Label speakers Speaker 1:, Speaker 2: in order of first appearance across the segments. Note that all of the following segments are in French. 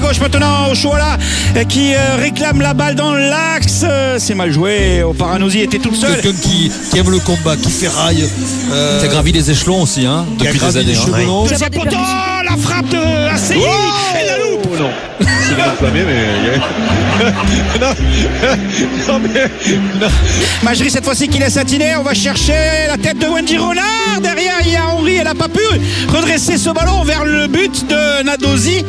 Speaker 1: gauche maintenant, Ochoala qui euh, réclame la balle dans l'axe. Euh, C'est mal joué. Oparanozzi était toute seule.
Speaker 2: Quelqu'un qui, qui, aime le combat, qui ferraille. Euh, qui a gravi les échelons aussi, hein, depuis des années.
Speaker 1: Deuxième poteau, la frappe de ACI oh et la loupe.
Speaker 3: Oh non, c'est bien enflammé, mais. non, non, mais.
Speaker 1: Non. Majri, cette fois-ci, qui laisse Atiné. On va chercher la tête de Wendy Renard. Derrière, il y a Henri. Elle n'a pas pu redresser ce ballon vers le but de Nadosi.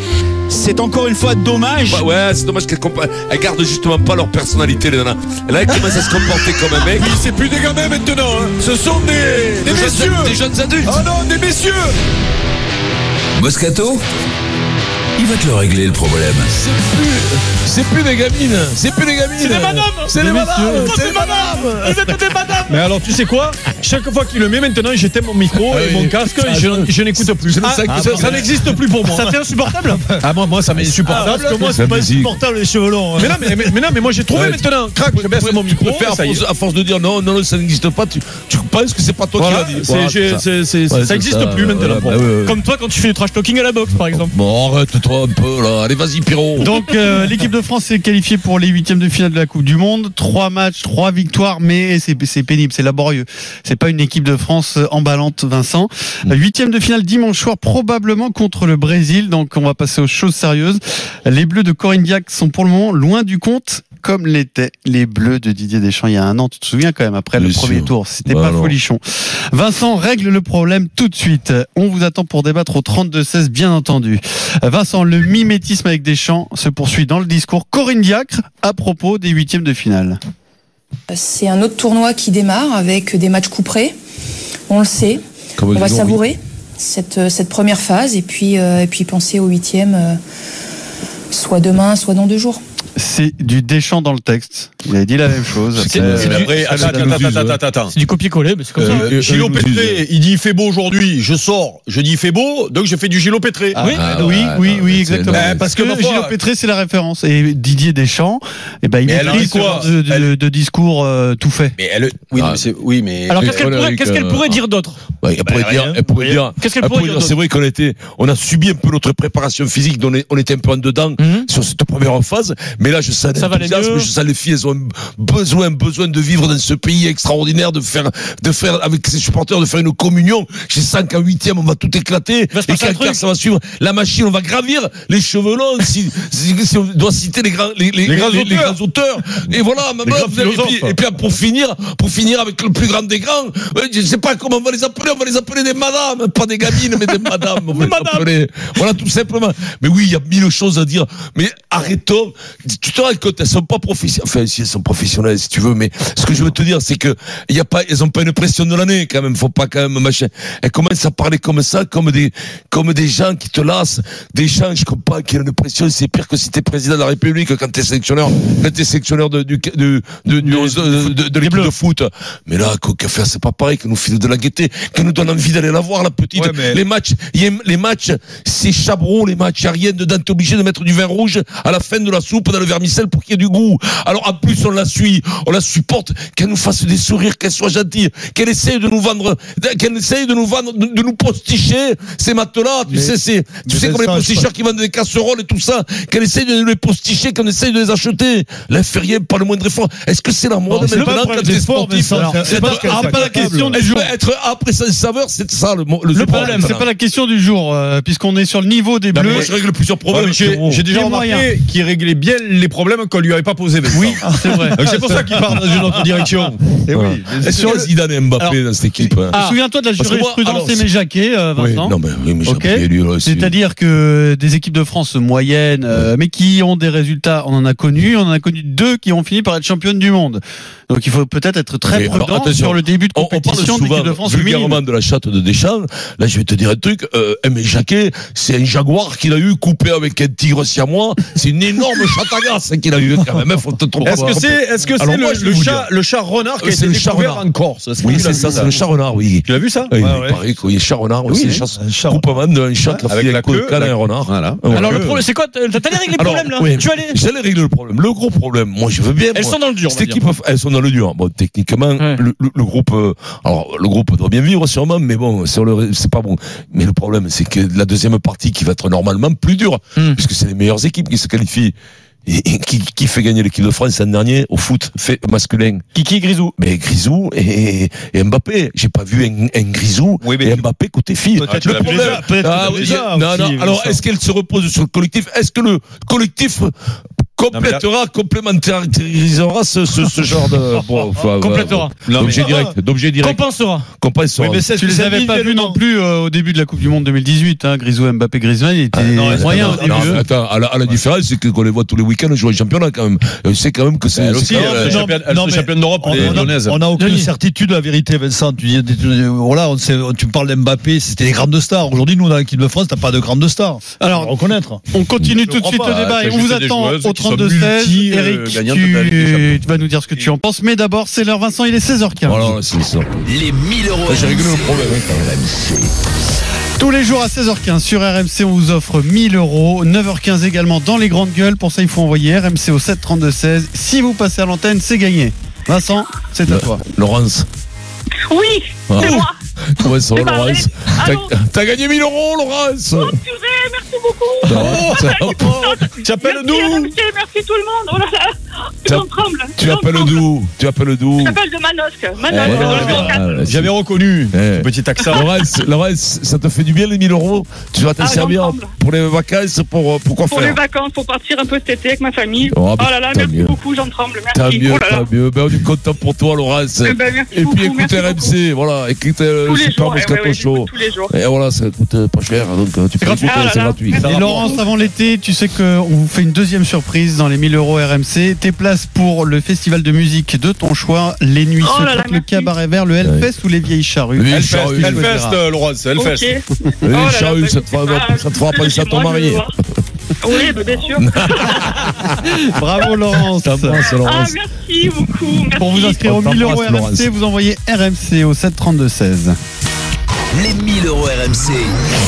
Speaker 1: C'est encore une fois dommage.
Speaker 4: Bah ouais, c'est dommage qu'elles ne gardent justement pas leur personnalité, les nanas. Là, elles commencent à se comporter comme un mec.
Speaker 3: Oui, c'est plus des gamins maintenant. Hein. Ce sont des, des, des messieurs.
Speaker 4: Jeunes, des jeunes adultes.
Speaker 2: Ah.
Speaker 3: Oh non, des messieurs.
Speaker 5: Moscato il va te le régler le problème.
Speaker 2: C'est plus, plus, des gamines, c'est plus des gamines.
Speaker 6: C'est des madames,
Speaker 2: c'est des, des madames,
Speaker 6: c'est des madames. Vous êtes des madames.
Speaker 2: Mais alors tu sais quoi Chaque fois qu'il le met maintenant, j'étais mon micro ah, et oui. mon casque, ah, je, je n'écoute plus. Ah, ça, ça n'existe plus pour moi.
Speaker 6: Ça fait insupportable.
Speaker 2: Ah moi, moi ça m'est
Speaker 7: Ah,
Speaker 2: insupportable.
Speaker 6: parce que moi c'est pas insupportable les cheveux longs.
Speaker 2: Mais non, mais, mais, mais, non, mais moi j'ai trouvé maintenant. Crac, j'ai baissé mon micro.
Speaker 4: à, force, de dire non, non, ça n'existe pas, tu, penses que c'est pas toi qui
Speaker 2: l'as dit. Ça Bah n'existe plus maintenant.
Speaker 6: Comme toi quand tu fais du trash talking à la boxe par exemple.
Speaker 4: Bon, arrête un peu là. Allez, vas-y, Pierrot.
Speaker 8: Donc, euh, l'équipe de France s'est qualifiée pour les huitièmes de finale de la Coupe du Monde. Trois matchs, trois victoires, mais c'est pénible, c'est laborieux. C'est pas une équipe de France emballante, Vincent. Huitième de finale dimanche soir, probablement contre le Brésil. Donc, on va passer aux choses sérieuses. Les Bleus de Corinne Diac sont pour le moment loin du compte comme l'étaient les Bleus de Didier Deschamps il y a un an. Tu te souviens quand même après Bien le sûr. premier tour, c'était bah pas alors. folichon. Vincent règle le problème tout de suite. On vous attend pour débattre au 32-16, bien entendu. Vincent, le mimétisme avec Deschamps se poursuit dans le discours. Corinne Diacre à propos des huitièmes de finale.
Speaker 9: C'est un autre tournoi qui démarre avec des matchs couperés. On le sait. Comme On va savourer oui. cette, euh, cette, première phase et puis, euh, et puis penser aux huitièmes, euh, soit demain, soit dans deux jours
Speaker 8: c'est du déchant dans le texte. Il a dit la même chose. Euh,
Speaker 3: C'est euh,
Speaker 6: du copier-coller, mais c'est comme
Speaker 3: euh, ça. Gilot Pétré, il dit il fait beau aujourd'hui, je sors, je dis il fait beau, donc je fais du Gilot Pétré.
Speaker 2: euh,
Speaker 8: Ah, oui, ah, oui, ah, oui, oui, exactement. parce que, que Gilot Pétré, c'est la référence. Et Didier Deschamps, eh ben, il mais écrit quoi de, de, elle... de discours euh, tout fait.
Speaker 3: Mais elle... oui, mais oui, mais.
Speaker 6: Alors qu'est-ce qu'elle pourrait dire d'autre
Speaker 4: Ah, Elle pourrait dire, elle pourrait dire.
Speaker 6: Qu'est-ce qu'elle pourrait dire
Speaker 4: C'est vrai qu'on était, on a subi un peu notre préparation physique, on était un peu en dedans
Speaker 2: Mmh.
Speaker 7: Euh,
Speaker 4: sur cette première phase. Mais là, je sens
Speaker 6: ça va les mieux.
Speaker 4: Je sens les filles, elles ont besoin, besoin de vivre dans ce pays extraordinaire, de faire, de faire avec ses supporters, de faire une communion. Je sens qu'en huitième, on va tout éclater. Va et qu'en ça va suivre la machine, on va gravir les cheveux longs. Si, si, si on doit citer les grands, les, les, les, grands les, grands, auteurs. Et voilà, maman, et, puis, et puis pour finir, pour finir avec le plus grand des grands, Euh, je sais pas comment on va les appeler, on va les appeler des madames, pas des gamines, mais des madames. On va les madame. appeler. Voilà, tout simplement. Mais oui, il y a mille choses à dire. Mais arrêtons tu te rends compte, elles sont pas professionnelles. Enfin, si elles sont professionnelles, si tu veux, mais ce que je veux te dire, c'est que y a pas, elles ont pas une pression de l'année, quand même. Faut pas quand même, machin. Elles commencent à parler comme ça, comme des, comme des gens qui te lassent, des gens, je comprends, qui ont une pression. C'est pire que si t'es président de la République, quand t'es sélectionneur, quand t'es sélectionneur de, du, de, de, de, l'équipe de foot. Mais là, qu'à faire, c'est pas pareil, que nous file de la gaieté, que nous donne envie d'aller la voir, la petite. Les matchs, les matchs, c'est chabron, les matchs, y a rien dedans. T'es obligé de mettre du vin rouge à la fin de la soupe dans le vermicelle pour qu'il y ait du goût. Alors en plus on la suit, on la supporte, qu'elle nous fasse des sourires, qu'elle soit gentille, qu'elle essaye de nous vendre, qu'elle essaye de nous vendre, de, de nous posticher ces matelas. Tu mais, sais, c'est, tu sais comme les posticheurs qui vendent des casseroles et tout ça, qu'elle essaye de les posticher, qu'on essaye de les acheter. L'inférieur pas le moindre effort. Est-ce que c'est la mode non, maintenant
Speaker 6: pas quand t'es sportif
Speaker 4: C'est pas,
Speaker 8: ah,
Speaker 4: pas la question du jour. Être après sans saveur, c'est ça le, le,
Speaker 8: le problème. C'est pas la question du jour, euh, puisqu'on est sur le niveau des bleus.
Speaker 4: Moi, je règle plusieurs problèmes.
Speaker 3: J'ai déjà remarqué qu'il réglait bien les problèmes qu'on lui avait pas posés.
Speaker 8: Oui, c'est vrai.
Speaker 2: Ah,
Speaker 3: C'est pour ça qu'il part dans une autre direction.
Speaker 4: Et oui. Et sur le Zidane et Mbappé alors, dans cette équipe. hein Ah.
Speaker 8: Ah, Souviens-toi de la jurisprudence Aimé Jacquet, euh, Vincent.
Speaker 4: Oui, non, mais, oui, mais okay.
Speaker 8: C'est-à-dire que des équipes de France moyennes, euh, mais qui ont des résultats, on en a connu. On en a connu deux qui ont fini par être championnes du monde. Donc il faut peut-être être très mais prudent alors, sur le début de compétition
Speaker 4: on, on parle souvent
Speaker 8: de France
Speaker 4: vulgairement de la chatte de Deschamps. Là, je vais te dire un truc. Euh, Aimé Jacquet, c'est un jaguar qu'il a eu coupé avec un tigre siamois. C'est une énorme chatte à qu'il a eu quand même. hein, Faut te
Speaker 3: Est-ce que
Speaker 2: c'est est-ce que
Speaker 4: Alors
Speaker 2: c'est
Speaker 4: moi,
Speaker 2: le,
Speaker 4: je vais
Speaker 2: le
Speaker 4: vous
Speaker 2: chat
Speaker 4: dire.
Speaker 2: le chat renard qui a
Speaker 4: Euh,
Speaker 2: été
Speaker 4: c'est le chat
Speaker 2: découvert
Speaker 4: renard.
Speaker 2: en Corse Est-ce que
Speaker 4: Oui,
Speaker 2: tu l'as
Speaker 4: c'est
Speaker 2: vu,
Speaker 4: ça, c'est le chat renard, oui.
Speaker 2: Tu l'as vu ça
Speaker 4: Ah, il
Speaker 2: Ouais,
Speaker 4: est
Speaker 2: ouais.
Speaker 4: pareil, quoi. Il est chat renard
Speaker 2: Oui, hein,
Speaker 4: aussi.
Speaker 2: un chat
Speaker 4: Coupement d'un chat, la
Speaker 2: Avec
Speaker 4: fille
Speaker 2: la
Speaker 4: avec le
Speaker 2: queue,
Speaker 4: câlin
Speaker 2: la-
Speaker 4: et un renard.
Speaker 2: Voilà.
Speaker 4: Ouais.
Speaker 6: Alors, le
Speaker 2: Euh,
Speaker 6: problème, c'est quoi T'as t'as régler le
Speaker 4: Alors,
Speaker 6: problème là
Speaker 4: oui.
Speaker 6: Tu vas aller
Speaker 4: J'allais régler le problème. Le gros problème, moi je veux bien.
Speaker 6: Elles
Speaker 4: moi.
Speaker 6: sont dans le dur. on
Speaker 4: Cette
Speaker 6: va dire.
Speaker 4: équipe, elles sont dans le dur. Bon, techniquement,
Speaker 6: Ouais.
Speaker 4: le, le- le groupe, euh, alors le groupe doit bien vivre sûrement, mais bon, sur le, c'est pas bon. Mais le problème, c'est que la deuxième partie qui va être normalement plus dure,
Speaker 6: Hmm.
Speaker 4: puisque c'est les meilleures équipes qui se qualifient. Et, et qui, qui fait gagner l'équipe de France l'an dernier au foot fait masculin
Speaker 6: Kiki et Grisou.
Speaker 4: Mais Grisou et, et Mbappé. J'ai pas vu un, un Grisou
Speaker 2: Oui, mais
Speaker 4: et
Speaker 2: tu-
Speaker 4: Mbappé côté fille.
Speaker 2: Peut-être
Speaker 4: Le
Speaker 2: tu l'as vu
Speaker 4: problème-
Speaker 2: déjà, peut-être
Speaker 4: Ah
Speaker 2: tu l'as
Speaker 4: oui,
Speaker 2: vu déjà
Speaker 4: j'ai- non,
Speaker 2: aussi,
Speaker 4: non. Alors,
Speaker 2: Vincent.
Speaker 4: est-ce qu'elle se repose sur le collectif Est-ce que le collectif complétera, complémentarisera ce, ce, ce genre de. Bon, enfin,
Speaker 6: Complétera.
Speaker 4: voilà. D'objet direct. D'objet direct.
Speaker 6: Compensera.
Speaker 4: Compensera.
Speaker 8: Tu les avais pas vus non plus euh, au début de la Coupe du Monde 2018, hein, Grisou, Mbappé, Griezmann, il était
Speaker 2: Ah, non,
Speaker 8: moyen au
Speaker 4: Non, non,
Speaker 8: début.
Speaker 4: mais attends, à la, à la différence, c'est que- qu'on les voit tous les week-ends jouer au championnat quand même. Et On sait quand même que c'est. euh,
Speaker 2: Elle
Speaker 4: c'est
Speaker 2: aussi,
Speaker 4: quand
Speaker 2: elle
Speaker 4: même-
Speaker 2: est
Speaker 10: non,
Speaker 2: championne-
Speaker 10: mais-
Speaker 2: elle
Speaker 10: non,
Speaker 2: est
Speaker 10: mais-
Speaker 2: championne d'Europe,
Speaker 10: On
Speaker 2: les lyonnaises.
Speaker 10: a- on a aucune
Speaker 6: Denis.
Speaker 10: certitude, la vérité, Vincent. Tu, dis- tu- tu- voilà, on sait, tu parles d'Mbappé, c'était des grandes stars. Aujourd'hui, nous, dans l'équipe de France, t'as pas de grandes stars.
Speaker 8: Alors,
Speaker 10: Faut reconnaître.
Speaker 8: On continue tout de
Speaker 2: crois
Speaker 8: suite
Speaker 2: pas,
Speaker 8: le
Speaker 10: hein.
Speaker 8: débat
Speaker 2: t'as
Speaker 8: et on
Speaker 2: juste
Speaker 8: vous
Speaker 2: des
Speaker 8: attend
Speaker 2: joueuses
Speaker 8: au
Speaker 2: qui sont
Speaker 8: 32-16.
Speaker 2: multi, euh,
Speaker 8: Eric,
Speaker 2: gagnantes de la Ligue des
Speaker 8: tu,
Speaker 2: Champions.
Speaker 8: tu vas nous dire ce que tu en penses. Mais d'abord, c'est l'heure Vincent, il est 16h15.
Speaker 4: Voilà, c'est ça.
Speaker 5: Les 1000 euros.
Speaker 4: J'ai réglé le problème. hein, quand même.
Speaker 8: Tous les jours à 16h15 sur RMC, on vous offre 1000 euros. 9h15 également dans les grandes gueules. Pour ça, il faut envoyer RMC au 732-16. Si vous passez à l'antenne, c'est gagné. Vincent, c'est à toi.
Speaker 4: Laurence.
Speaker 11: Oui,
Speaker 4: Ah.
Speaker 11: c'est moi.
Speaker 4: Comment ça va,
Speaker 11: pas vrai.
Speaker 4: Laurence T'as-
Speaker 11: Allô
Speaker 4: T'as gagné 1000 euros, Laurence
Speaker 11: Purée, merci beaucoup.
Speaker 4: Non, ça-
Speaker 2: Tu appelles
Speaker 11: merci
Speaker 2: nous
Speaker 11: RMC, merci tout le monde. Oh là là, je
Speaker 4: Ça-
Speaker 11: t'en tremble.
Speaker 4: Tu appelles d'où Tu appelles d'où
Speaker 11: Je t'appelle de Manosque.
Speaker 4: Eh,
Speaker 11: Manosque, euh,
Speaker 4: voilà.
Speaker 11: dans le 04.
Speaker 4: Ah, ouais, c'est-
Speaker 2: J'avais reconnu.
Speaker 4: Eh.
Speaker 2: Petit accent.
Speaker 4: Laurence, Laurence, ça te fait du bien les 1000 euros Tu vas t'en
Speaker 11: Ah,
Speaker 4: servir
Speaker 11: l'ensemble.
Speaker 4: pour les vacances, pour, euh, pour quoi
Speaker 11: Pour les
Speaker 4: faire
Speaker 11: vacances, pour partir un peu cet été avec ma famille.
Speaker 4: Oh,
Speaker 11: Oh,
Speaker 4: bah,
Speaker 11: là là,
Speaker 4: tant
Speaker 11: merci
Speaker 4: mieux.
Speaker 11: beaucoup, j'en tremble. Merci.
Speaker 4: Tant mieux,
Speaker 11: oh là là.
Speaker 4: tant mieux. Ben, on est content pour toi, Laurence.
Speaker 11: Eh ben, merci
Speaker 4: Et
Speaker 11: beaucoup,
Speaker 4: puis écoute
Speaker 11: merci beaucoup.
Speaker 4: RMC, voilà, écoute euh,
Speaker 11: Tous
Speaker 4: le
Speaker 11: les
Speaker 4: Super
Speaker 11: jours, eh ouais,
Speaker 4: Moscato
Speaker 11: ouais,
Speaker 4: Show.
Speaker 11: j'écoute tous les jours.
Speaker 4: Et voilà, ça coûte euh, pas cher, donc euh, tu peux
Speaker 11: gratuit.
Speaker 4: écouter,
Speaker 11: Ah là
Speaker 4: c'est
Speaker 11: là.
Speaker 4: gratuit.
Speaker 11: Ça
Speaker 8: Et
Speaker 11: va,
Speaker 8: Laurence,
Speaker 11: bravo.
Speaker 8: avant l'été, tu sais qu'on vous fait une deuxième surprise dans les 1000 euros RMC. Tes places pour le festival de musique de ton choix, les nuits
Speaker 11: Oh là
Speaker 8: secrètes,
Speaker 11: là,
Speaker 8: le
Speaker 11: merci.
Speaker 8: cabaret vert, le Hellfest ou les vieilles charrues.
Speaker 4: Oui,
Speaker 2: Hellfest,
Speaker 4: Charles,
Speaker 8: elle
Speaker 4: oui,
Speaker 8: fait-
Speaker 2: Hellfest, euh, Laurence,
Speaker 11: Ok.
Speaker 2: Hellfest.
Speaker 11: Oh là là,
Speaker 4: Charles,
Speaker 11: bah,
Speaker 4: ça te fera-
Speaker 11: écoutez,
Speaker 4: ça te fera
Speaker 11: ah,
Speaker 4: penser à ton
Speaker 11: moi, je
Speaker 4: mari.
Speaker 11: veux voir. Oui, bah, bien sûr.
Speaker 8: Bravo Laurence.
Speaker 4: T'embrasses,
Speaker 11: Ah,
Speaker 4: Laurence.
Speaker 11: merci beaucoup. Merci.
Speaker 8: Pour vous inscrire aux
Speaker 4: On
Speaker 8: 1000 euros
Speaker 4: t'embrasse, Laurence.
Speaker 8: RMC, vous envoyez RMC au 732 16.
Speaker 5: Les 1000 euros RMC,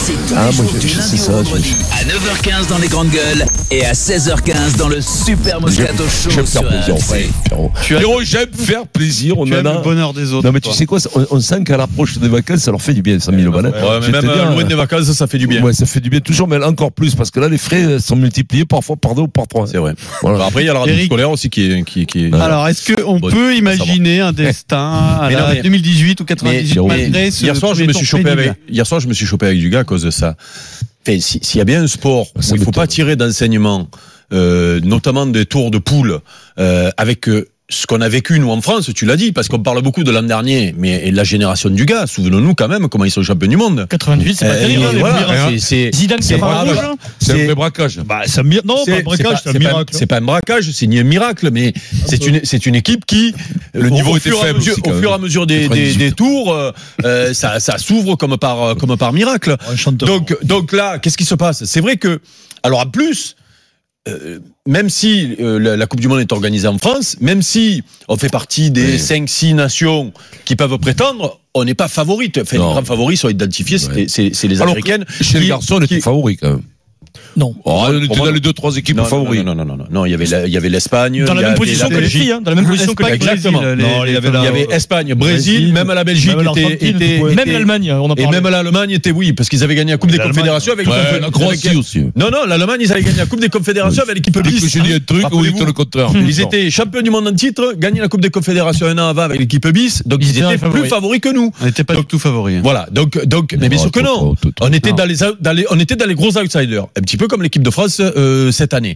Speaker 5: c'est tous
Speaker 4: Ah,
Speaker 5: les
Speaker 4: moi,
Speaker 5: jours
Speaker 4: je-
Speaker 5: du
Speaker 4: je-
Speaker 5: lundi
Speaker 4: c'est
Speaker 5: au
Speaker 4: ça, je-
Speaker 5: vendredi à 9h15 dans les grandes gueules et à 16h15 dans le Super Moscato Show
Speaker 4: J'aime
Speaker 5: sur
Speaker 4: faire plaisir, en
Speaker 5: RMC.
Speaker 4: vrai, Pierrot.
Speaker 8: as-
Speaker 4: Pierrot, j'aime faire plaisir, on
Speaker 8: Tu
Speaker 4: en
Speaker 8: aimes le
Speaker 4: a.
Speaker 8: bonheur des autres.
Speaker 4: Non, mais tu
Speaker 8: toi.
Speaker 4: sais quoi, ça- on, on sent qu'à l'approche des vacances, ça leur fait du bien, 100 000 balles.
Speaker 2: Ouais, mais
Speaker 4: Je vais te
Speaker 2: même
Speaker 4: dire,
Speaker 2: euh, loin
Speaker 4: euh,
Speaker 2: des vacances, ça fait du bien.
Speaker 4: Ouais, ça fait du bien toujours, mais là, encore plus, parce que là, les frais euh, sont multipliés parfois par deux ou par trois.
Speaker 2: C'est vrai.
Speaker 4: Voilà.
Speaker 2: Après, il y a le radio
Speaker 8: Eric.
Speaker 2: scolaire aussi qui est. Qui, qui est-
Speaker 8: Alors, est-ce qu'on
Speaker 2: Bon, Eh.
Speaker 8: peut imaginer un destin à
Speaker 2: Mais non,
Speaker 8: la
Speaker 2: mais-
Speaker 8: 2018 ou 98
Speaker 4: mais-
Speaker 8: malgré ce
Speaker 2: Hier soir, je
Speaker 8: premier
Speaker 2: me suis
Speaker 8: tour
Speaker 2: chopé
Speaker 8: pénible
Speaker 2: avec. Hier soir, je me suis chopé avec du gars à cause de ça. Enfin, si- s'il y a bien un sport où
Speaker 4: Ça
Speaker 2: il faut pas
Speaker 4: m'étonne.
Speaker 2: tirer d'enseignement, euh, notamment des tours de poule, euh, avec euh, ce qu'on a vécu nous en France, tu l'as dit, parce qu'on parle beaucoup de l'an dernier, mais et la génération du gars, souvenons-nous quand même comment ils sont champions du monde.
Speaker 6: 98, c'est pas
Speaker 2: Euh,
Speaker 6: terrible. hein,
Speaker 2: et
Speaker 6: les
Speaker 2: voilà,
Speaker 6: premiers, hein.
Speaker 2: c'est- c'est-
Speaker 6: Zidane qui
Speaker 2: c'est
Speaker 6: est pas
Speaker 2: grave.
Speaker 6: rouge. hein.
Speaker 4: C'est
Speaker 2: C'est-
Speaker 4: un vrai braquage.
Speaker 10: Bah, c'est un miracle. Non, pas un braquage, c'est un
Speaker 2: c'est pas- hein.
Speaker 10: miracle.
Speaker 2: c'est pas un braquage, c'est ni un miracle, mais c'est une, c'est une équipe qui,
Speaker 4: Le
Speaker 2: bah au-
Speaker 4: niveau
Speaker 2: au
Speaker 4: était
Speaker 2: fur et à
Speaker 4: faible
Speaker 2: mesure-
Speaker 4: aussi, quand
Speaker 2: Au fur et à
Speaker 4: même.
Speaker 2: mesure des, des,
Speaker 4: 98.
Speaker 2: des tours, euh, euh, ça, ça s'ouvre comme par, euh, comme par miracle.
Speaker 8: Ah,
Speaker 10: Un chanteur.
Speaker 2: Donc, donc là, qu'est-ce qui se passe C'est vrai que, alors en plus, euh, même si euh, la, la Coupe du Monde est organisée en France, même si on fait partie des
Speaker 4: Oui.
Speaker 2: 5-6 nations qui peuvent prétendre, on n'est pas favorite. Enfin,
Speaker 4: Non.
Speaker 2: les grands favoris sont identifiés, c'est-
Speaker 4: Ouais.
Speaker 2: c'est c'est les
Speaker 4: Alors que
Speaker 2: Américaines.
Speaker 4: Chez les
Speaker 2: qui-
Speaker 4: garçons, on était
Speaker 2: qui-
Speaker 4: favoris quand même.
Speaker 6: Non.
Speaker 4: Oh, on était
Speaker 2: pour moi,
Speaker 4: dans
Speaker 2: non.
Speaker 4: les deux, trois équipes
Speaker 2: non, non,
Speaker 4: favoris.
Speaker 2: Non, non, non, non, non, non, il y avait la- il y avait l'Espagne.
Speaker 6: Dans
Speaker 2: il y
Speaker 6: la même
Speaker 2: avait
Speaker 6: position que les
Speaker 2: Belgique.
Speaker 6: filles. hein, Dans la même position que les
Speaker 8: Espagne,
Speaker 6: filles.
Speaker 2: Exactement.
Speaker 8: Brésil, euh,
Speaker 2: Non,
Speaker 8: les-
Speaker 2: il y avait,
Speaker 8: les-
Speaker 2: il y avait Espagne, Brésil,
Speaker 10: Brésil,
Speaker 2: même à la Belgique
Speaker 10: même
Speaker 2: était,
Speaker 10: l'Argentine,
Speaker 2: était-
Speaker 10: vous pouvez-
Speaker 6: Même
Speaker 2: était-
Speaker 6: l'Allemagne, on en
Speaker 2: Et
Speaker 6: parlait.
Speaker 2: même l'Allemagne était oui, parce qu'ils avaient gagné la Coupe des
Speaker 10: l'Allemagne,
Speaker 2: Confédérations avec
Speaker 4: Ouais, la Croatie aussi. hein.
Speaker 2: Non, non, l'Allemagne, ils avaient gagné la Coupe des Confédérations avec l'équipe
Speaker 4: Dès que
Speaker 2: bis.
Speaker 4: j'ai dit un truc, vous dites
Speaker 2: Rappelez-vous,
Speaker 4: le contraire.
Speaker 2: Ils étaient champions du monde en titre, gagné la Coupe des Confédérations un an avant avec l'équipe bis, donc
Speaker 6: Ils
Speaker 2: ils
Speaker 6: étaient
Speaker 2: étaient plus
Speaker 6: favoris.
Speaker 2: favoris que nous.
Speaker 8: On n'était pas du tout hein. favori.
Speaker 2: Voilà, donc, donc, mais
Speaker 4: Oh,
Speaker 2: bien sûr que non. On était dans les, dans les- on était dans les gros outsiders, un petit peu comme l'équipe de France euh, cette année.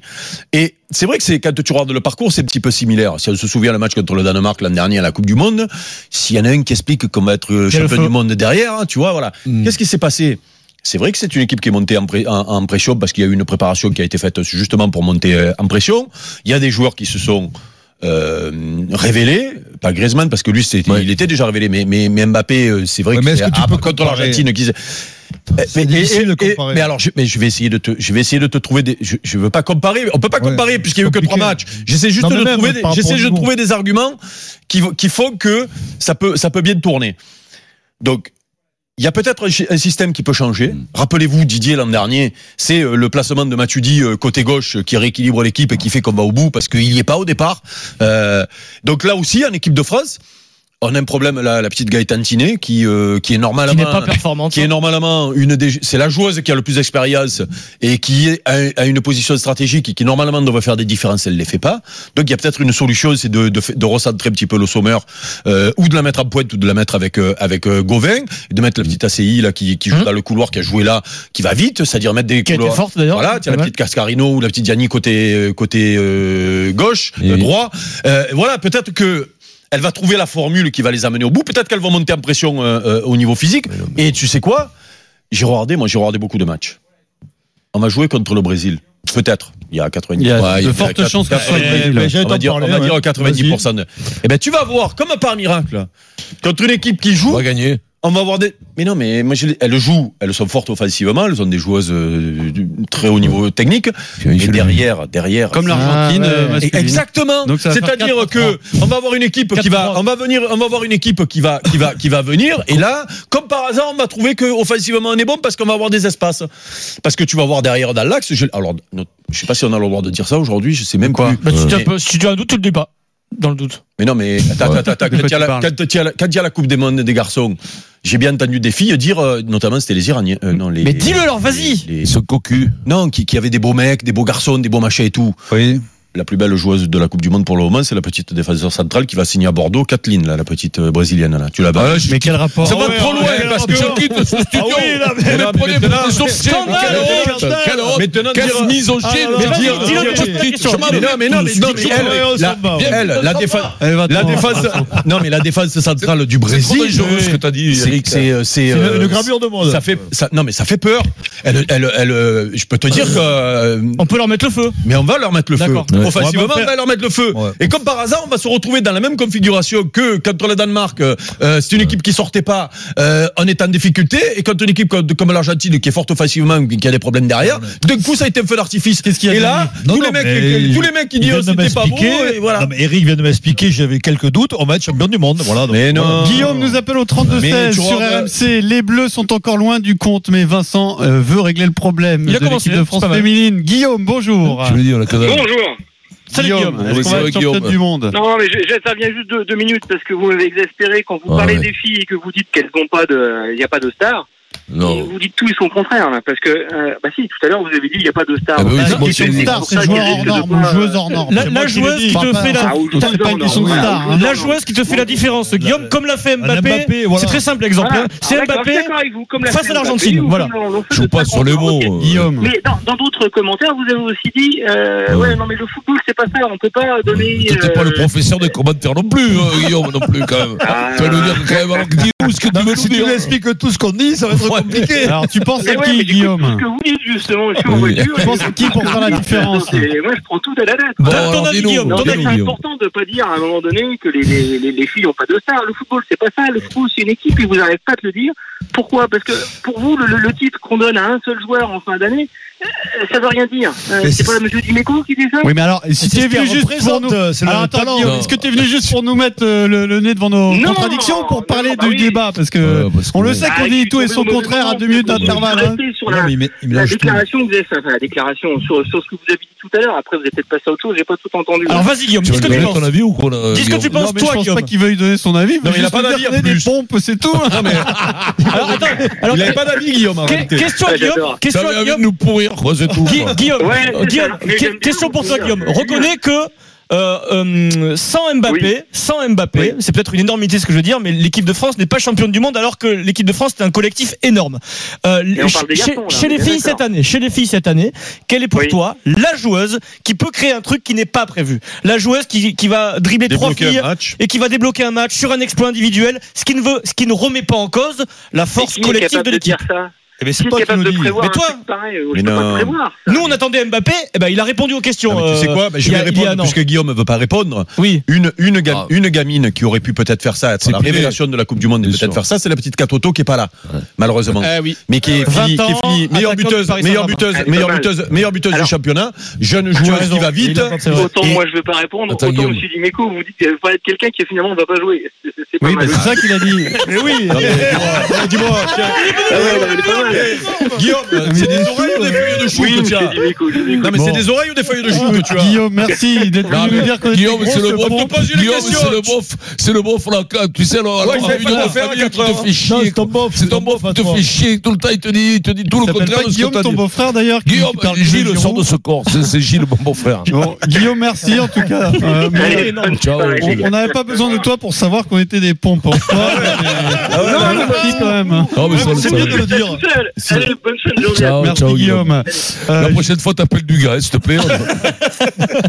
Speaker 2: Et c'est vrai que c'est quand tu regardes le parcours, c'est un petit peu similaire. Si on se souvient le match contre le Danemark l'an dernier à la Coupe du Monde, s'il y en a un qui explique qu'on va être euh,
Speaker 6: y a le
Speaker 2: champion
Speaker 6: feu.
Speaker 2: du monde derrière, hein, tu vois, voilà.
Speaker 4: Hmm.
Speaker 2: Qu'est-ce qui s'est passé c'est vrai que c'est une équipe qui est montée en, pré, en, en pression parce qu'il y a eu une préparation qui a été faite justement pour monter euh, en pression. Il y a des joueurs qui se sont euh, révélés, pas Griezmann parce que lui c'était,
Speaker 4: Ouais.
Speaker 2: il était déjà révélé, mais mais, mais Mbappé, euh, c'est vrai
Speaker 4: Ouais,
Speaker 2: que
Speaker 4: mais est-ce
Speaker 2: c'est
Speaker 4: que tu
Speaker 2: ah,
Speaker 4: peux
Speaker 2: contre
Speaker 4: comparer
Speaker 2: l'Argentine qui Euh, Mais,
Speaker 10: difficile de
Speaker 2: et- et-
Speaker 10: comparer.
Speaker 2: mais alors, je, mais je vais essayer de te, je vais essayer de te trouver des. Je, je veux pas comparer. On peut pas comparer puisqu'il y a eu que trois matchs. J'essaie juste
Speaker 10: Non, mais
Speaker 2: de
Speaker 10: même
Speaker 2: trouver,
Speaker 10: par
Speaker 2: des-
Speaker 10: rapport
Speaker 2: j'essaie
Speaker 10: au
Speaker 2: de
Speaker 10: niveau.
Speaker 2: trouver des arguments qui vont- qui font que ça peut ça peut bien tourner. Donc. Il y a peut-être un, chi- un système qui peut changer.
Speaker 10: Mm.
Speaker 2: Rappelez-vous Didier l'an dernier, c'est euh, le placement de Matuidi euh, côté gauche euh, qui rééquilibre l'équipe et qui fait qu'on va au bout parce qu'il n'y est pas au départ. Euh, donc là aussi, en équipe de France, on a un problème la, la petite Gaëtan Tiné qui euh, qui est normalement
Speaker 7: n'est pas hein. performante.
Speaker 2: qui est normalement une des c'est la joueuse qui a le plus d'expérience et qui est à, à une position stratégique et qui normalement devrait faire des différences elle les fait pas donc il y a peut-être une solution c'est de, de fa- de recentrer un petit peu le sommeur euh, ou de la mettre à pointe ou de la mettre avec euh, avec euh, Gauvin et de mettre la petite ACI là qui, qui joue dans le couloir qui a joué là qui va vite c'est-à-dire mettre des
Speaker 7: Hum. Qui a été
Speaker 2: couloirs-
Speaker 7: forte, d'ailleurs.
Speaker 2: voilà tiens, la
Speaker 7: Pas mal.
Speaker 2: petite Cascarino ou la petite Gianni côté euh, côté euh, gauche euh, droit Euh, voilà peut-être que elle va trouver la formule qui va les amener au bout. Peut-être qu'elles vont monter en pression euh, euh, au niveau physique. Et tu sais quoi J'ai regardé, moi j'ai regardé beaucoup de matchs. On va jouer contre le Brésil. Peut-être. Il y a 90.
Speaker 8: Il y a
Speaker 2: Ouais,
Speaker 8: de
Speaker 2: il
Speaker 8: fortes chances que ce soit le
Speaker 2: Eh,
Speaker 8: Brésil.
Speaker 2: ben,
Speaker 8: J'allais
Speaker 2: On va
Speaker 8: t'en
Speaker 2: dire,
Speaker 8: parler,
Speaker 2: on va dire
Speaker 8: ouais.
Speaker 2: 90%. De... Eh ben, tu vas voir, comme par miracle, contre une équipe qui joue. On va
Speaker 4: gagner.
Speaker 2: On va avoir des. Mais non, mais moi, je les- elles jouent, elles sont fortes offensivement, elles ont des joueuses euh, du- très haut niveau technique. Et derrière, derrière. Ah.
Speaker 8: Comme l'Argentine, euh, masculine.
Speaker 2: Exactement.
Speaker 8: Donc ça va faire
Speaker 2: C'est-à-dire
Speaker 8: 4-3.
Speaker 2: que on va avoir une équipe qui va, on va venir, on va avoir une équipe qui va, qui va, qui va venir. Et là, comme par hasard, on va trouver que offensivement on est bon parce qu'on va avoir des espaces. Parce que tu vas voir derrière dans l'axe. Je, alors, no- je sais pas si on a le droit de dire ça aujourd'hui. Je sais même quoi.
Speaker 7: Bah, si, tu as un peu- si tu as un doute, tu le dis pas. Dans le doute.
Speaker 2: Mais non, mais attends,
Speaker 7: Ouais.
Speaker 2: attends, attends,
Speaker 7: De
Speaker 2: quand
Speaker 7: quoi
Speaker 2: il y a
Speaker 7: tu
Speaker 2: la-
Speaker 7: parles
Speaker 2: quand il y a la- quand il y a la Coupe des mondes des garçons, j'ai bien entendu des filles dire, euh, notamment c'était les Iraniens, euh, non les.
Speaker 7: Mais dis-le leur, vas-y
Speaker 2: les ce cocu. Non, qui, qui avait des beaux mecs, des beaux garçons, des beaux machins et tout.
Speaker 10: Oui.
Speaker 2: La plus belle joueuse de la Coupe du Monde pour le moment, c'est la petite défenseur centrale qui va signer à Bordeaux, Kathleen, là, la petite euh, brésilienne. Là. Tu l'as
Speaker 4: Ah ouais,
Speaker 2: battue.
Speaker 4: je- Mais quel rapport Ça va trop loin, parce que je quitte ce studio. Ah Mais prenez pas des sorciers. Quelle honte,
Speaker 2: hein.
Speaker 4: quelle honte, quelle Ah, mise au chien de dire- je quitte, je m'en
Speaker 2: Mais non, mais non, mais
Speaker 4: vais.
Speaker 2: non, mais elle,
Speaker 4: Ouais, on
Speaker 2: la-
Speaker 4: s'en va, ouais.
Speaker 2: elle, la
Speaker 4: On s'en
Speaker 2: défense,
Speaker 4: va.
Speaker 2: la
Speaker 4: va-t'en.
Speaker 2: défense, non, mais la défense centrale du Brésil.
Speaker 4: trop dangereux, ce que t'as dit,
Speaker 2: c'est-
Speaker 4: Eric.
Speaker 2: C'est, euh, c'est,
Speaker 4: C'est une-
Speaker 2: euh,
Speaker 4: une gravure de monde.
Speaker 2: Ça fait, ça- non, mais ça fait peur. Elle, elle, elle, euh, je peux te dire que. euh,
Speaker 7: on peut leur mettre le feu.
Speaker 2: Mais on va leur mettre le feu.
Speaker 7: D'accord. Ouais.
Speaker 2: Offensivement,
Speaker 7: On va
Speaker 2: on
Speaker 7: faire-
Speaker 2: va leur mettre le feu. Et comme par hasard, on va se retrouver dans la même configuration que contre le Danemark. euh, euh, c'est une équipe qui sortait pas, euh, on est en difficulté. Et contre une équipe comme, comme l'Argentine, qui est forte offensivement, qui a des problèmes derrière, d'un coup, ça a été un feu d'artifice.
Speaker 10: y a
Speaker 2: Et
Speaker 10: de-
Speaker 2: là,
Speaker 10: Non,
Speaker 2: tous,
Speaker 10: non,
Speaker 2: les mecs,
Speaker 10: mais
Speaker 2: tous les mecs qui
Speaker 10: il
Speaker 2: disent
Speaker 10: vient
Speaker 2: oh,
Speaker 10: de
Speaker 2: c'était pas beau,
Speaker 10: m'expliquer.
Speaker 2: et voilà.
Speaker 10: Non, mais Eric vient de m'expliquer, j'avais quelques doutes, on va être champion du monde. Voilà, donc,
Speaker 2: Mais non.
Speaker 10: voilà.
Speaker 8: Guillaume nous appelle au
Speaker 10: Mais
Speaker 8: 32-16
Speaker 10: tu
Speaker 8: sur
Speaker 10: vois,
Speaker 8: RMC. Les Bleus sont encore loin du compte, mais Vincent euh, veut régler le problème
Speaker 7: Il a
Speaker 8: de
Speaker 7: commencé,
Speaker 8: l'équipe de
Speaker 7: c'est
Speaker 8: France
Speaker 7: pas mal.
Speaker 8: féminine. Guillaume, bonjour.
Speaker 4: Je veux dire, la cadavre.
Speaker 11: Bonjour.
Speaker 7: Salut
Speaker 8: Guillaume,
Speaker 7: Guillaume.
Speaker 8: est-ce
Speaker 4: Oui,
Speaker 8: qu'on
Speaker 4: c'est
Speaker 8: va être
Speaker 4: vrai,
Speaker 8: championne
Speaker 4: Guillaume.
Speaker 8: du monde
Speaker 11: Non, mais je- j'interviens juste deux, deux minutes parce que vous m'avez exaspéré quand vous
Speaker 4: Ouais,
Speaker 11: parlez
Speaker 4: ouais.
Speaker 11: des filles et que vous dites qu'elles n'ont pas de, il n'y a pas de star. Et
Speaker 4: Non.
Speaker 11: vous dites tout et son contraire, là, parce que, euh, bah si, tout à l'heure vous avez dit il n'y a pas de star.
Speaker 4: Ah bah oui,
Speaker 11: Bah,
Speaker 4: c'est moi,
Speaker 11: et
Speaker 4: c'est
Speaker 11: donc,
Speaker 4: une
Speaker 11: pour
Speaker 8: star,
Speaker 11: ça
Speaker 8: c'est
Speaker 11: qu'il
Speaker 8: joueur hors
Speaker 11: risque de
Speaker 8: norme,
Speaker 11: pas,
Speaker 8: ou joueuse hors norme.
Speaker 7: La,
Speaker 8: C'est
Speaker 7: la
Speaker 8: moi qui l'ai
Speaker 7: joueuse
Speaker 8: dit.
Speaker 7: qui te
Speaker 8: Papa,
Speaker 7: fait la,
Speaker 11: Ah, ou-
Speaker 8: T'as pas une question de
Speaker 11: Voilà.
Speaker 8: star, hein.
Speaker 7: la joueuse qui te fait la différence, Guillaume, comme l'a fait Mbappé.
Speaker 10: Mbappé, voilà.
Speaker 7: C'est très simple l'exemple.
Speaker 11: Voilà.
Speaker 7: hein. C'est
Speaker 11: Alors, d'accord,
Speaker 7: Mbappé.
Speaker 11: je suis d'accord avec vous, comme l'a
Speaker 7: face
Speaker 11: fait
Speaker 7: à
Speaker 11: Mbappé,
Speaker 7: l'Argentine,
Speaker 11: ou
Speaker 7: voilà.
Speaker 11: comme l'on- l'on fait
Speaker 4: Je
Speaker 11: de
Speaker 4: joue pas
Speaker 11: ça
Speaker 4: sur les
Speaker 11: contre-
Speaker 4: mots.
Speaker 11: Ok.
Speaker 4: euh. Ah.
Speaker 8: Guillaume.
Speaker 11: Mais dans dans d'autres commentaires, vous avez aussi dit euh, ouais non mais le football c'est pas ça, on peut pas donner.
Speaker 4: T'étais
Speaker 11: euh,
Speaker 4: pas le professeur de commentaire non plus, hein, Guillaume, non plus, quand même.
Speaker 11: Ah.
Speaker 4: Tu vas nous dire quand même, alors, dis-nous ce que tu veux
Speaker 10: Si
Speaker 4: nous
Speaker 10: tu
Speaker 4: dire.
Speaker 10: nous expliques tout ce qu'on dit, ça va être compliqué.
Speaker 8: Alors, tu penses à
Speaker 11: Mais ouais,
Speaker 8: qui,
Speaker 11: mais j'écoute tout
Speaker 8: Guillaume
Speaker 11: ce que vous dites justement, je suis en
Speaker 4: Oui.
Speaker 11: voiture.
Speaker 8: Tu penses à qui pour faire la différence
Speaker 11: Et moi, je prends tout à la lettre.
Speaker 4: Bon,
Speaker 7: Donne ton
Speaker 4: alors,
Speaker 7: avis,
Speaker 4: dis-nous,
Speaker 7: Guillaume,
Speaker 11: Non,
Speaker 7: ton
Speaker 11: mais
Speaker 4: dis-nous,
Speaker 11: c'est
Speaker 4: Guillaume.
Speaker 11: important de pas dire à un moment donné que les, les, les, les filles n'ont pas de star. Le football, c'est pas ça. Le football, c'est une équipe et vous n'arrivez pas à te le dire. Pourquoi Parce que pour vous, le, le- le titre qu'on donne à un seul joueur en fin d'année, euh, ça veut rien dire. Euh,
Speaker 10: Mais c'est-
Speaker 11: c'est pas monsieur Dimeco qui dit ça
Speaker 8: Oui, mais alors, si
Speaker 10: C'est
Speaker 8: t'es
Speaker 10: ce
Speaker 8: venu
Speaker 10: qu'elle
Speaker 8: juste pour
Speaker 10: représente,
Speaker 8: nous.
Speaker 10: c'est le
Speaker 8: Alors, attends,
Speaker 10: talent.
Speaker 8: Guillaume, est-ce que t'es venu juste pour nous mettre euh, le, le nez devant nos
Speaker 11: Non.
Speaker 8: contradictions pour parler
Speaker 11: Non, bah
Speaker 8: du
Speaker 11: oui.
Speaker 8: débat Parce que
Speaker 4: Ouais, parce que-
Speaker 8: on le sait
Speaker 11: Ah,
Speaker 8: qu'on
Speaker 11: je
Speaker 8: dit
Speaker 11: suis
Speaker 8: tout et
Speaker 11: tombé
Speaker 8: son
Speaker 11: au mauvais
Speaker 8: contraire à
Speaker 11: moment.
Speaker 8: deux minutes
Speaker 11: Je suis
Speaker 8: d'intervalle. hein.
Speaker 11: resté sur
Speaker 10: Non,
Speaker 11: la-
Speaker 10: mais il met- il
Speaker 11: La
Speaker 10: mélange tout.
Speaker 11: déclaration que vous avez, enfin, la déclaration sur, sur ce que vous avez dit tout à l'heure, après vous avez peut-être passé à autre chose, j'ai pas tout entendu.
Speaker 7: Alors vas-y Guillaume,
Speaker 4: Tu
Speaker 7: dis
Speaker 4: vas
Speaker 7: ce que
Speaker 4: nous
Speaker 7: tu
Speaker 4: donner ton
Speaker 7: penses.
Speaker 4: avis ou quoi là,
Speaker 7: Dis ce que
Speaker 4: Guillaume
Speaker 7: tu
Speaker 8: Non,
Speaker 7: penses
Speaker 8: mais je
Speaker 7: toi
Speaker 8: pense
Speaker 7: Guillaume.
Speaker 8: pas qu'il veuille donner son avis.
Speaker 2: mais il a pas d'avis, en
Speaker 8: des
Speaker 2: plus.
Speaker 8: pompes, c'est tout.
Speaker 7: Alors attends, alors,
Speaker 2: Il avait pas d'avis, Guillaume. en
Speaker 7: que-
Speaker 2: réalité.
Speaker 7: question à
Speaker 11: Ouais,
Speaker 7: Guillaume,
Speaker 11: j'adore.
Speaker 4: Ça
Speaker 7: question
Speaker 4: avait
Speaker 7: à
Speaker 4: envie de
Speaker 7: Guillaume,
Speaker 4: nous pourrir, quoi, c'est tout.
Speaker 7: Gui-
Speaker 4: quoi.
Speaker 7: Guillaume, euh,
Speaker 11: Ouais, c'est ça.
Speaker 7: Guillaume,
Speaker 11: Mais j'aime
Speaker 7: que-
Speaker 11: bien
Speaker 7: question
Speaker 11: vous
Speaker 7: pour toi
Speaker 11: dire.
Speaker 7: Guillaume. Reconnais que euh, euh, sans Mbappé,
Speaker 11: Oui.
Speaker 7: sans Mbappé,
Speaker 11: Oui.
Speaker 7: c'est peut-être une énormité ce que je veux dire, mais l'équipe de France n'est pas championne du monde alors que l'équipe de France est un collectif énorme. Euh,
Speaker 11: on
Speaker 7: chez
Speaker 11: parle des garçons, là,
Speaker 7: chez
Speaker 11: on est
Speaker 7: les
Speaker 11: bien
Speaker 7: filles
Speaker 11: d'accord.
Speaker 7: cette année, chez les filles cette année, quelle est pour
Speaker 11: Oui.
Speaker 7: toi la joueuse qui peut créer un truc qui n'est pas prévu, la joueuse qui, qui va dribbler trois
Speaker 4: Ah,
Speaker 2: Débloquer
Speaker 7: filles
Speaker 2: un match.
Speaker 7: et qui va débloquer un match sur un exploit individuel, ce qui ne veut, ce qui ne remet pas en cause la force
Speaker 11: Et qui est
Speaker 7: collective
Speaker 11: capable
Speaker 7: de l'équipe.
Speaker 11: dire ça
Speaker 7: Eh ben, c'est
Speaker 11: Qui est
Speaker 7: toi qui
Speaker 11: capable
Speaker 7: nous
Speaker 11: de
Speaker 7: dis.
Speaker 11: prévoir
Speaker 7: Mais
Speaker 11: un
Speaker 7: toi
Speaker 11: truc pareil euh,
Speaker 2: Mais
Speaker 11: Je peux pas
Speaker 2: non.
Speaker 11: prévoir.
Speaker 7: Nous, on attendait Mbappé, eh ben, il a répondu aux questions.
Speaker 2: Non, mais tu sais
Speaker 7: euh,
Speaker 2: quoi Ben, Je
Speaker 7: il y
Speaker 2: vais
Speaker 7: a- Ah. il y a un
Speaker 2: répondre
Speaker 7: an.
Speaker 2: puisque Guillaume ne veut pas répondre.
Speaker 7: Oui.
Speaker 2: Une, une, ga- une gamine qui aurait pu peut-être faire ça, être la
Speaker 4: privé.
Speaker 2: révélation de la Coupe du Monde et peut-être faire ça, c'est la petite Catoto qui est pas là, malheureusement.
Speaker 7: Eh oui.
Speaker 2: Mais qui est
Speaker 7: Euh,
Speaker 2: finie,
Speaker 7: 20
Speaker 2: qui est finie.
Speaker 7: ans,
Speaker 2: meilleure
Speaker 7: attaquante du
Speaker 2: buteuse,
Speaker 7: Paris
Speaker 2: meilleure
Speaker 7: Saint-Germain.
Speaker 2: buteuse,
Speaker 7: Elle est
Speaker 2: meilleure
Speaker 7: pas mal.
Speaker 2: buteuse, meilleure buteuse du
Speaker 11: Alors,
Speaker 2: championnat, jeune
Speaker 7: tu as
Speaker 2: joueuse qui
Speaker 7: raison.
Speaker 2: va
Speaker 7: Il
Speaker 2: vite.
Speaker 7: est pas- c'est vrai.
Speaker 11: Autant
Speaker 2: Et-
Speaker 11: moi je veux pas répondre,
Speaker 2: Attends,
Speaker 11: autant
Speaker 2: Guillaume.
Speaker 11: Monsieur Dimeco vous dites qu'il va pas être quelqu'un qui finalement va pas jouer. C'est- c'est- C'est pas
Speaker 8: Oui,
Speaker 11: mal.
Speaker 8: bah, c'est ça qu'il a dit.
Speaker 7: Mais oui
Speaker 2: Non, mais dis-moi,
Speaker 7: Dis-moi,
Speaker 11: Ah ouais, non, mais c'est pas mal.
Speaker 2: Guillaume, c'est des oreilles ou des feuilles de chou
Speaker 11: Oui,
Speaker 2: que tu
Speaker 11: Monsieur
Speaker 2: as
Speaker 11: Dimeco, Dimeco.
Speaker 2: Non mais c'est
Speaker 8: Bon.
Speaker 2: des oreilles ou des feuilles de chou que tu as
Speaker 8: Guillaume, merci d'être
Speaker 4: Non,
Speaker 8: venu
Speaker 4: mais
Speaker 8: nous dire qu'on était
Speaker 4: Guillaume, c'est le
Speaker 8: grosses
Speaker 4: bon.
Speaker 2: On te pose une
Speaker 4: Guillaume,
Speaker 2: question.
Speaker 4: c'est le bof. C'est le bof, là. quand- Tu sais, là,
Speaker 2: Ouais, il
Speaker 4: la
Speaker 2: fallait pas le
Speaker 4: réunion de
Speaker 2: faire à
Speaker 4: famille, qui
Speaker 2: quatre
Speaker 4: te fait
Speaker 2: heures.
Speaker 4: chier.
Speaker 8: Non, c'est ton bof,
Speaker 4: C'est ton bof
Speaker 8: à
Speaker 4: qui te
Speaker 8: toi.
Speaker 4: fait chier. Tout le temps, il te dit, il te dit tout
Speaker 8: Il
Speaker 4: le
Speaker 8: s'appelle
Speaker 4: contraire
Speaker 8: pas
Speaker 4: de ce que
Speaker 8: Guillaume,
Speaker 4: t'as
Speaker 8: ton
Speaker 4: dit.
Speaker 8: beau-frère d'ailleurs. qui-
Speaker 4: Guillaume,
Speaker 8: qui parle de
Speaker 4: Gilles,
Speaker 8: Giroud.
Speaker 4: sort de ce corps. C'est- C'est Gilles, mon beau-frère.
Speaker 8: Bon, Guillaume, merci en tout cas. Euh, mais
Speaker 11: Allez, bonne
Speaker 4: Ciao,
Speaker 11: soirée.
Speaker 4: Gilles.
Speaker 8: on- on n'avait pas besoin de toi pour savoir qu'on était des pompes en toi.
Speaker 4: Ah
Speaker 11: non, non,
Speaker 8: Merci
Speaker 11: non.
Speaker 8: quand même.
Speaker 4: Non, mais Ah ça,
Speaker 8: c'est
Speaker 4: ça-
Speaker 8: mieux de le
Speaker 11: Tout
Speaker 8: dire.
Speaker 11: seul. Allez, bonne fin de journée. à
Speaker 4: Ciao,
Speaker 8: Merci
Speaker 4: ciao,
Speaker 8: Guillaume. Euh,
Speaker 4: La prochaine fois, t'appelles du gars, s'il te plaît.